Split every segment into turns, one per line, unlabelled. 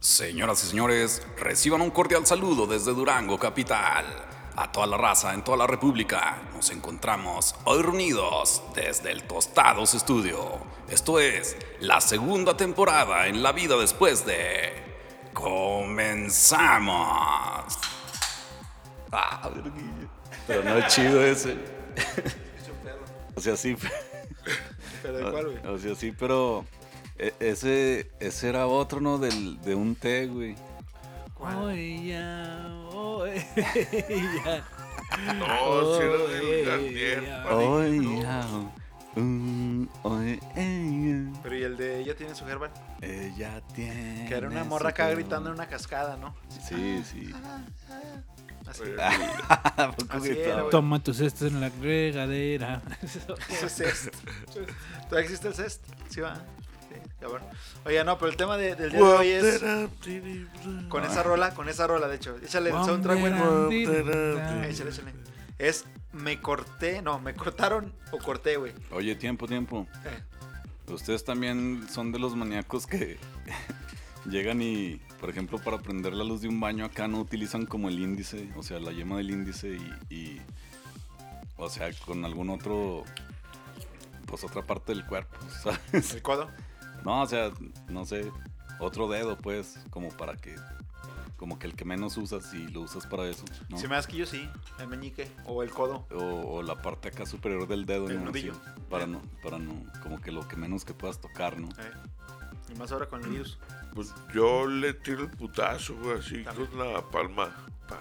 Señoras y señores, reciban un cordial saludo desde Durango, capital. A toda la raza en toda la República, nos encontramos hoy reunidos desde el Tostados Estudio. Esto es la segunda temporada en La Vida Después de... ¡Comenzamos!
Ah, verguilla. Pero no es chido ese. O sea, sí.
¿Pero de cuál, güey?
O sea, sí, pero e- ese, ese era otro, ¿no? Del, de un té, güey.
Oye, ya, oye, ya.
No, si era de
Oye,
también.
ya.
Oye, ya, mm, oye, ella,
Pero y el de ella tiene su gerba.
ella tiene.
Que era una morra acá
su-
gritando en una cascada, ¿no?
Sí, sí.
Así. Ah,
¿A poco
Así
gritaba?
era, güey.
Toma tus cestos en la regadera.
Eso es cest. ¿Todavía existe el cest? Sí, va. Sí, cabrón. Oye, no, pero el tema de- del día de hoy es con esa rola, con esa rola, de hecho. Échale el soundtrack, güey. Ah, Échale, échale. Es me corté, no, me cortaron o corté, güey.
Oye, tiempo, tiempo.
Eh,
Ustedes también son de los maníacos que llegan y, por ejemplo, para prender la luz de un baño acá no utilizan como el índice, o sea, la yema del índice y, y, o sea, con algún otro, pues otra parte del cuerpo, ¿sabes?
el codo.
No, o sea, no sé, otro dedo, pues, como para que, como que el que menos usas y lo usas para eso, ¿no?
Si me das que yo sí, el meñique o el codo.
O, o la parte acá superior del dedo,
El
¿no? Así,
nudillo.
para no, para no, como que lo que menos que puedas tocar, ¿no?
Eh, Y más ahora
Mm.
con el virus.
Pues yo le tiro el putazo, güey, así
También.
con la palma. Pa,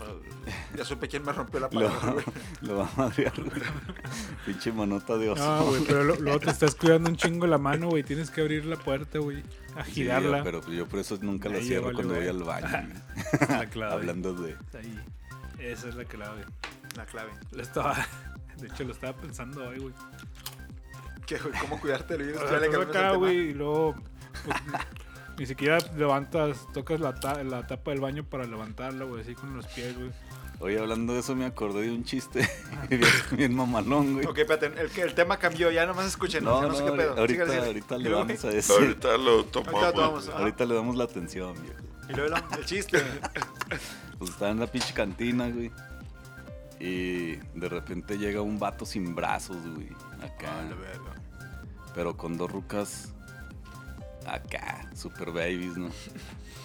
madre.
Ya supe quién me rompió la
Lo,
palabra, güey.
lo va a madrear, güey. Pinche manota de oso.
No, güey, pero lo- luego te estás cuidando un chingo la mano, güey. Tienes que abrir la puerta, güey. A
Sí,
girarla.
pero yo por eso nunca la
Ahí ya
cierro
vale,
cuando voy
güey.
al baño. güey.
La clave.
Hablando de.
Ahí. Esa es la clave.
La clave.
Lo estaba... De hecho, lo estaba pensando hoy, güey.
¿Qué, güey? ¿Cómo cuidarte del virus?
O
Ya
sea,
le
estás
cambiamos el
acá,
tema.
güey, y luego pues, ni siquiera levantas, tocas la, ta- la tapa del baño para levantarla, güey, así con los pies, güey.
Oye, hablando de eso, me acordé de un chiste bien, bien mamalón, güey.
Ok, espérate, el, que- el tema cambió, ya nomás escuchen, no,
No, no,
sé qué pedo.
ahorita,
Sígale, sígale.
ahorita
Y
le
luego,
vamos a decir. Ahorita,
Ahorita lo
Ahorita lo
tomamos.
tomamos.
güey.
ajá.
le damos la atención, viejo.
Y luego el- el chiste.
Pues estaba en la pinche cantina, güey. Y de repente llega un vato sin brazos, güey. Acá.
Ah,
pero con dos rucas acá, super babies, ¿no?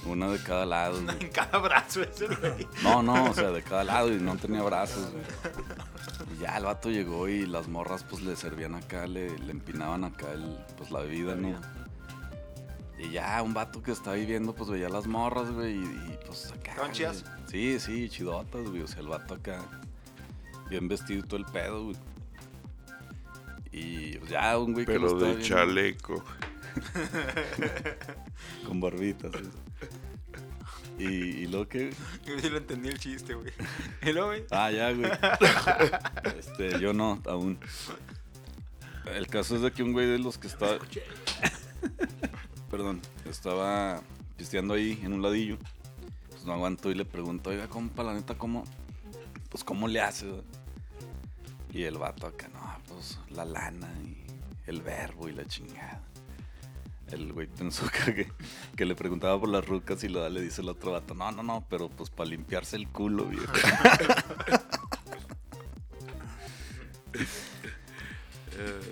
Una de cada lado, güey.
en cada brazo ese güey.
No, no, o sea, de cada lado y no tenía brazos, güey. Y ya el vato llegó y las morras pues le servían acá, le, le empinaban acá el, pues la bebida, ¿no? Y ya un vato que está viviendo pues veía las morras, güey, y, y, pues acá.
¿Estaban chidas?
güey. Sí, sí, chidotas, güey, o sea, el vato acá bien vestido y todo el pedo, güey. Y pues, ya un güey que
Pero
lo
de
estaba viendo-
chaleco.
Con barbitas. ¿sí? Y, y luego que.
Yo sí lo entendí el chiste, güey. Y luego, güey.
Ah, ya, güey. Este, yo no, aún. El caso es de que un güey de los que estaba. Perdón, estaba pisteando ahí en un ladillo. Pues no aguantó y le preguntó, oiga, compa, la neta, ¿cómo? Pues, ¿cómo le hace? verdad?" Y el vato acá, no, pues la lana y el verbo y la chingada. El güey pensó que, que le preguntaba por las rucas y luego le dice el otro vato, no, no, no, pero pues para limpiarse el culo, viejo.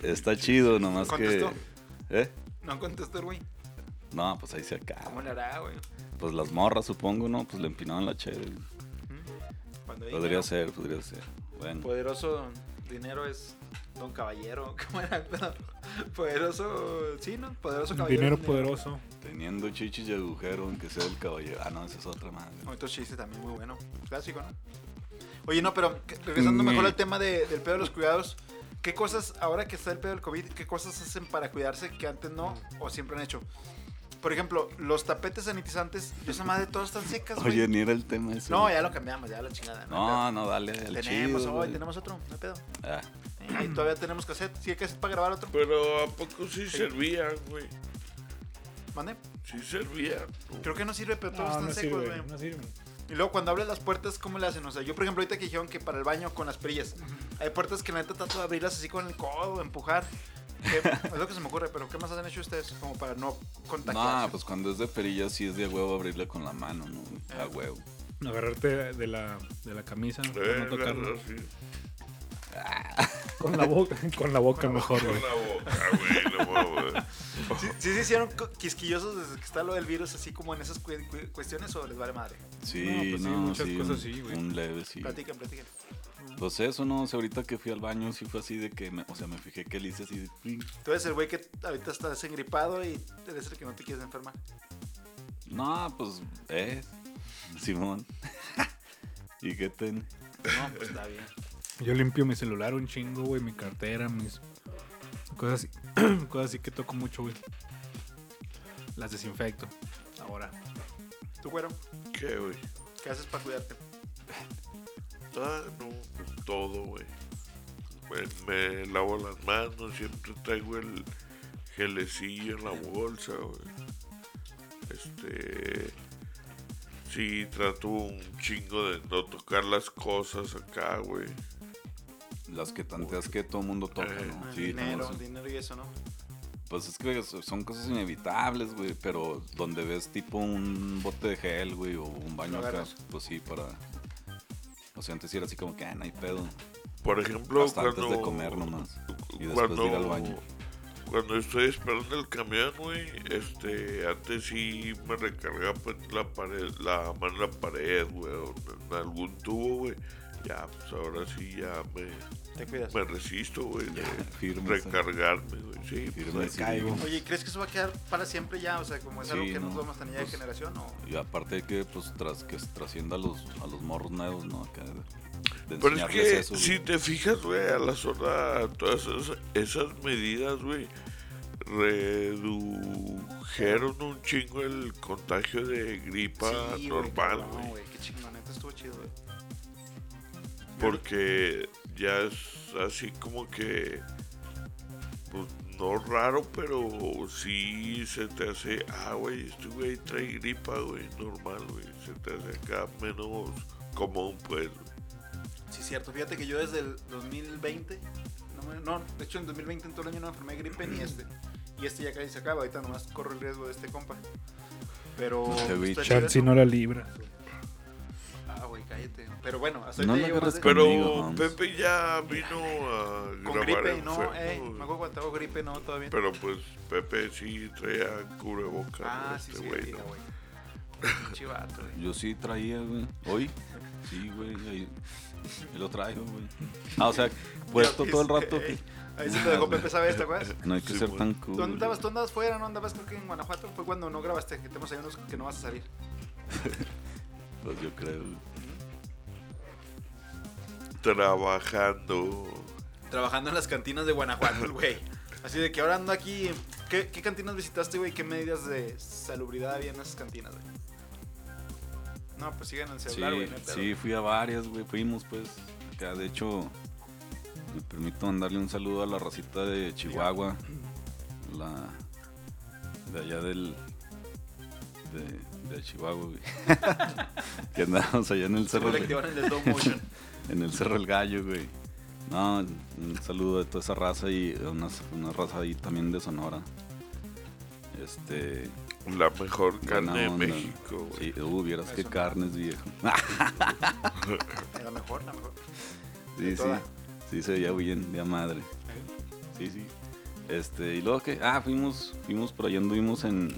Está chido, nomás que.
¿Contestó?
¿Eh?
No contestó, el güey.
No, pues ahí se acaba.
¿Cómo le hará, güey?
Pues las morras, supongo, ¿no? Pues le empinaban la chévere.
Cuando diga,
Podría ser, podría ser. Bueno,
Poderoso dinero es don caballero. ¿Cómo era? Poderoso. Sí, ¿no? Poderoso caballero.
Dinero
es
poderoso.
teniendo chichis y agujero, aunque sea el caballero. Ah, no, esa es otra madre.
Otro chiste también muy bueno. Clásico, ¿no? Oye, no, pero que- regresando mejor
Me-
al tema de- del pedo de los cuidados, ¿qué cosas, ahora que está el pedo del COVID, qué cosas hacen para cuidarse que antes no o siempre han hecho? Por ejemplo, los tapetes sanitizantes, yo esa madre, todas están secas, güey.
Oye, ni era el tema ese.
No, ya lo cambiamos, ya la chingada.
No,
hay
no, dale,
pedo.
el
tenemos,
chido,
hoy
güey.
tenemos otro, no hay pedo.
Ah,
Eh, ahí todavía tenemos cassette, sí hay cassette para grabar otro.
Pero ¿a poco sí servía, güey?
Mande.
Sí servía.
Creo que no sirve, pero todos
No,
están
no
secos,
sirve,
güey.
no sirve.
Y luego cuando abres las puertas, ¿cómo le hacen? O sea, yo por ejemplo ahorita que dijeron que para el baño con las perillas. Hay puertas que la neta trato de abrirlas así con el codo, empujar. ¿Qué- es lo que se me ocurre, pero ¿qué más han hecho ustedes como para no contagiarse?
No, pues cuando es de perilla sí es de huevo abrirle con la mano, ¿no? A huevo.
Agarrarte de la, de la camisa para
Eh,
no tocarlo.
así,
Con la boca, con la boca mejor,
Con
güey.
la boca, güey. no mames.
¿Sí, sí se hicieron cu- quisquillosos desde que está lo del virus, así como en esas cu- cu- cuestiones, o les vale madre?
Sí,
pues sí,
no,
muchas
sí,
cosas
un,
sí, güey.
un leve, sí.
Platiquen, platiquen.
Pues eso, no, o sea, ahorita que fui al baño sí fue así de que, me- o sea, me fijé que le hice así de... "Pling".
Tú eres el güey que ahorita estás engripado y eres el que no te quieres enfermar.
No, pues, eh, Simón. ¿Y qué ten?
No, pues está bien.
Yo limpio mi celular un chingo, güey, mi cartera, mis cosas así, cosas así que toco mucho, güey. Las desinfecto. Ahora.
¿Tú, güero?
¿Qué, güey?
¿Qué haces para cuidarte?
Ah, no, pues todo, güey. Me, me lavo las manos, siempre traigo el gelecillo en la bolsa, güey. Este. Sí, trato un chingo de no tocar las cosas acá, güey.
Las que tanteas que todo mundo toca, ¿no?
Eh, El
Sí,
dinero,
no, sí.
dinero y eso, ¿no?
Pues es que son cosas inevitables, güey, pero donde ves tipo un bote de gel, güey, o un baño
Lo
acá,
agarras.
pues sí, para... O sea, antes sí era así como que, ah, no hay pedo.
Por ejemplo,
Hasta
cuando.
antes de comer nomás. Y después
cuando,
de ir al baño.
Cuando estoy esperando el camión, güey, este, antes sí me recargaba pues, la pared, la mano en la pared, güey, o en algún tubo, güey. Ya, pues ahora sí ya me,
Te cuidas.
me resisto, güey, de
firme,
recargarme, güey. Sí, pues,
Firme,
ahí
sí,
caigo.
digo.
Oye, ¿crees que eso va a quedar para siempre ya? O sea, como es
Sí,
algo que
no.
nos vamos a tener ya de
Pues-
generación, ¿o?
Y aparte de que, pues, tras que trascienda a los, a los morros nuevos, ¿no? Acá de, de
Pero es
enseñarles
que
eso,
si
güey.
te fijas, güey, a la zona, todas esas, esas medidas, güey, redujeron un chingo el contagio de gripa
Sí, güey,
normal,
cabrón,
güey.
güey. Qué chingón, neta, estuvo chido, güey.
Porque ya es así como que. Pues no raro, pero sí se te hace. Ah, güey, este güey trae gripa, güey, normal, güey. Se te hace acá menos común, pues. güey.
Sí, cierto. Fíjate que yo desde el 2020, no, me- no, de hecho en 2020 en todo el año no me enfermé de gripe ni este. Y este ya casi se acaba, ahorita nomás corro el riesgo de este compa. Pero.
Te vi
está chido
Chansi
eso.
no la libra.
Ah, güey, cállate. Pero bueno, hasta
No
ahorita
la
llevo
agarres
más de-
con-
Pero
Conmigo, vamos.
Pepe ya vino a
con
grabar
gripe,
enfermo,
no, eh, me
güey.
acuerdo cuando tengo gripe, no, todavía.
Pero pues Pepe sí traía cubrebocas,
ah,
güey,
sí,
este
sí,
güey,
mira,
¿no?
güey. Chivato, güey.
Yo sí traía, güey. ¿Hoy? Sí, güey. Ahí, ahí lo traigo, güey. Ah, o sea, puesto todo el rato.
Ey, eh, Ahí se te dejó Pepe, ¿sabes? ¿Te acuerdas?
No hay que
Sí,
ser
güey.
tan cool.
¿Tú andabas, tú andabas fuera, no andabas creo que en Guanajuato? Fue cuando no grabaste, que tenemos ahí unos que no vas a salir.
Pues yo creo. güey.
Trabajando.
Trabajando en las cantinas de Guanajuato, el güey. Así de que ahora ando aquí. ¿Qué, qué cantinas visitaste, güey? ¿Qué medidas de salubridad había en esas cantinas, güey? No, pues sigan el
Sí,
celular, güey. no hay pedo.
sí, fui a varias, güey. Fuimos, pues. Acá, de hecho, me permito mandarle un saludo a la racita de Chihuahua. La. De allá del. De, de Chihuahua, güey. que andábamos allá en el
Se
cerro.
le
de-
activaron el slow motion.
en el Cerro del Gallo, güey. No, un saludo de toda esa raza y una, una raza ahí también de Sonora. Este.
La mejor
buena
carne de
onda.
México, güey.
Sí, uh, vieras qué
Eso.
carnes, viejo.
La mejor, la mejor.
sí, sí.
toda.
Sí, se veía bien, de a madre. Sí, sí. Este, y luego que. Ah, fuimos, fuimos por allá, anduvimos en.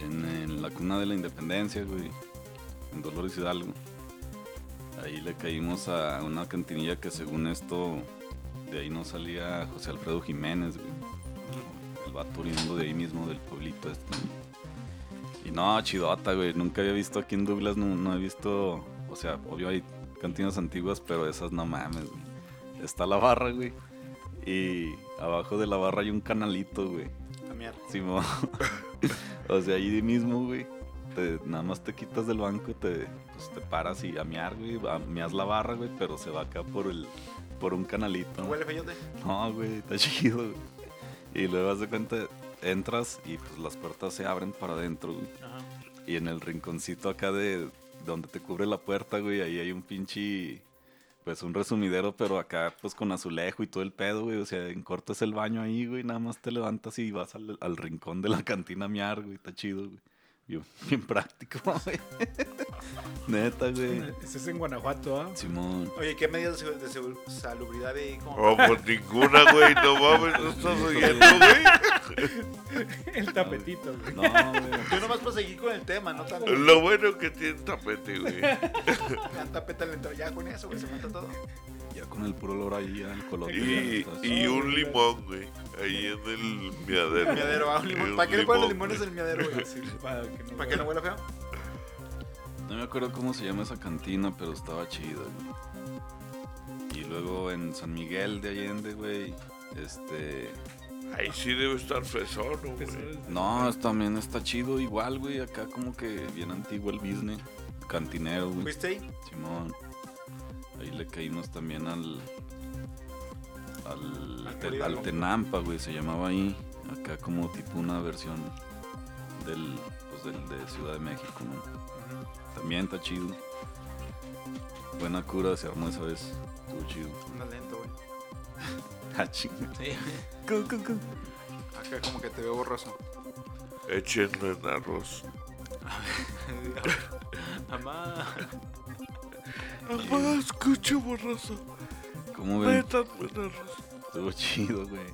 En, en la cuna de la independencia, güey. En Dolores Hidalgo. Ahí le caímos a una cantinilla que, según esto, de ahí no salía José Alfredo Jiménez, güey. El vato oriundo de ahí mismo, del pueblito este. Y no, chidota, güey. Nunca había visto aquí en Douglas, no, no he visto. O sea, obvio hay cantinas antiguas, pero esas no mames, güey. Está la barra, güey. Y abajo de la barra hay un canalito, güey.
La mierda.
Simón. o sea, ahí mismo, güey. te- nada más te quitas del banco, te, pues, te paras y a mear, güey. A, meas la barra, güey, pero se va acá por el. Por un canalito. ¿no?
¿Huele feyote?
No, güey, está chido, güey. Y luego haz de cuenta, entras y pues las puertas se abren para adentro, güey.
Ajá.
Y en el rinconcito acá de donde te cubre la puerta, güey, ahí hay un pinche pues un resumidero, pero acá pues con azulejo y todo el pedo, güey. O sea, en corto es el baño ahí, güey. Nada más te levantas y vas al, al rincón de la cantina a miar, güey. Está chido, güey. Bien, bien práctico, güey. Neta, güey.
Ese es en Guanajuato, ¿ah?
Simón.
Oye, ¿qué medidas de, de seguro- salubridad vi? Como...
Oh, pues ninguna, güey. No mames, no estás oyendo, güey.
El tapetito, güey.
No, güey.
Yo nomás para seguir con el tema, no tan,
Lo bueno que tiene tapete, güey.
tan tapeta al entrar. Ya con eso, güey, se mata todo.
Ya con el puro olor ahí al color.
Y, y un limón, güey. Ahí en el miadero.
Miadero, ah, un
Eh,
limón.
un
¿Para qué le ponen los
limón,
limones
güey.
al miadero, güey?
Sí, para que no
¿Para que no
huela.
huela feo?
No me acuerdo cómo se llama esa cantina, pero estaba chido, güey. Y luego en San Miguel de Allende, güey. Este.
Ahí sí debe estar fresón, güey.
Pues,
No, es- también está chido igual, güey. Acá como que bien antiguo el business. Cantinero, güey.
¿Fuiste ahí?
Simón. Ahí le caímos también al. Al, te- al Tenampa, güey, se llamaba ahí. Acá como tipo una versión del, pues del de Ciudad de México, ¿no? También está chido. Buena cura se armó esa vez. Estuvo chido.
Más lento, güey.
Ah, chinga.
Sí.
Cu, cu, cu.
Acá como que te veo borroso.
Échenlo en arroz.
Amá.
Amá, escucho borroso.
¿Cómo ven?
Métanme en arroz.
Estuvo chido, güey.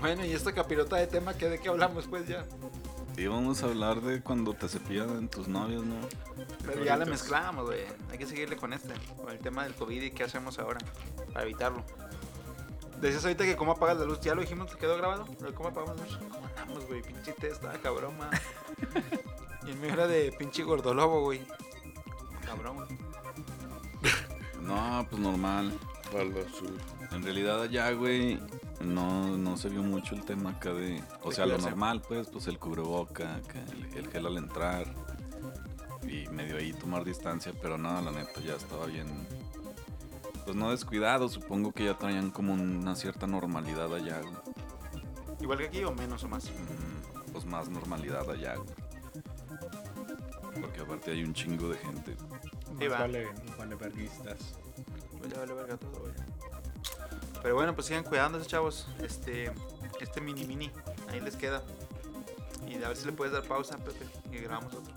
Bueno, y esta capirota de tema, que ¿de qué hablamos, pues, ya?
Íbamos a hablar de cuando te cepillan tus novios, ¿no?
Pero ya la mezclamos, güey. Hay que seguirle con este, con el tema del COVID y qué hacemos ahora para evitarlo. Decías ahorita que cómo apagas la luz, ya lo dijimos, ¿te quedó grabado? Lo de ¿Cómo apagamos la luz? ¿Cómo andamos, güey? Pinche testa, cabrón, man. Y en mi hora de pinche gordolobo, güey. Cabrón, güey.
No, pues normal.
Palo azul.
En realidad allá, güey, no, no se vio mucho el tema acá de... O
De
sea, lo
cuidarse.
normal, pues, pues el cubreboca, acá, el, el gel al entrar y medio ahí tomar distancia, pero nada, la neta ya estaba bien... Pues no descuidado, supongo que ya traían como una cierta normalidad allá, güey.
Igual que aquí o menos o más.
Mm, Pues más normalidad allá, güey. Porque aparte hay un chingo de gente.
Sí, va.
Más Vale, más vale verguistas.
Vale, vale, verga todo, güey. Pero bueno, pues sigan cuidándose, chavos. Este, este mini mini, ahí les queda. Y a ver si le puedes dar pausa, Pepe, y grabamos otro.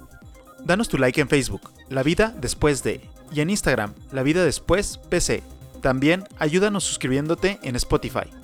Danos tu like en Facebook, La Vida Después de, y en Instagram, La Vida Después PC. También ayúdanos suscribiéndote en Spotify.